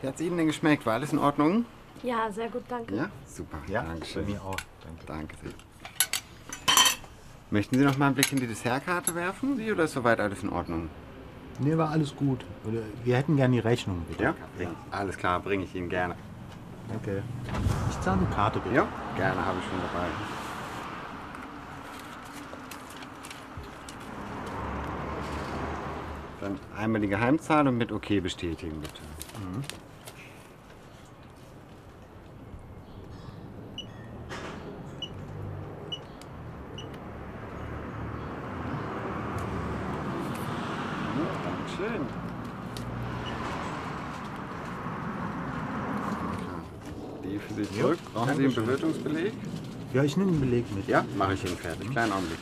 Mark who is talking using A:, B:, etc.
A: Wie hat es Ihnen denn geschmeckt? War alles in Ordnung?
B: Ja, sehr gut, danke.
A: Ja? Super. Dankeschön.
C: bei mir auch. Danke.
A: Danke sehr. Möchten Sie noch mal einen Blick in die Dessertkarte werfen? Sie oder ist soweit alles in Ordnung?
C: Nee, war alles gut. Oder Wir hätten gern die Rechnung, bitte.
A: Alles klar, bringe ich Ihnen gerne.
C: Danke. Ich zahle eine Karte, bitte.
A: Ja, gerne habe ich schon dabei. Dann einmal die Geheimzahl und mit OK bestätigen, bitte. Ja, Dankeschön. Die für Sie zurück. Brauchen Sie einen
C: Dankeschön.
A: Bewirtungsbeleg?
C: Ja, ich nehme den Beleg mit.
A: Ja, mache ich Ihnen fertig. Kleinen Augenblick.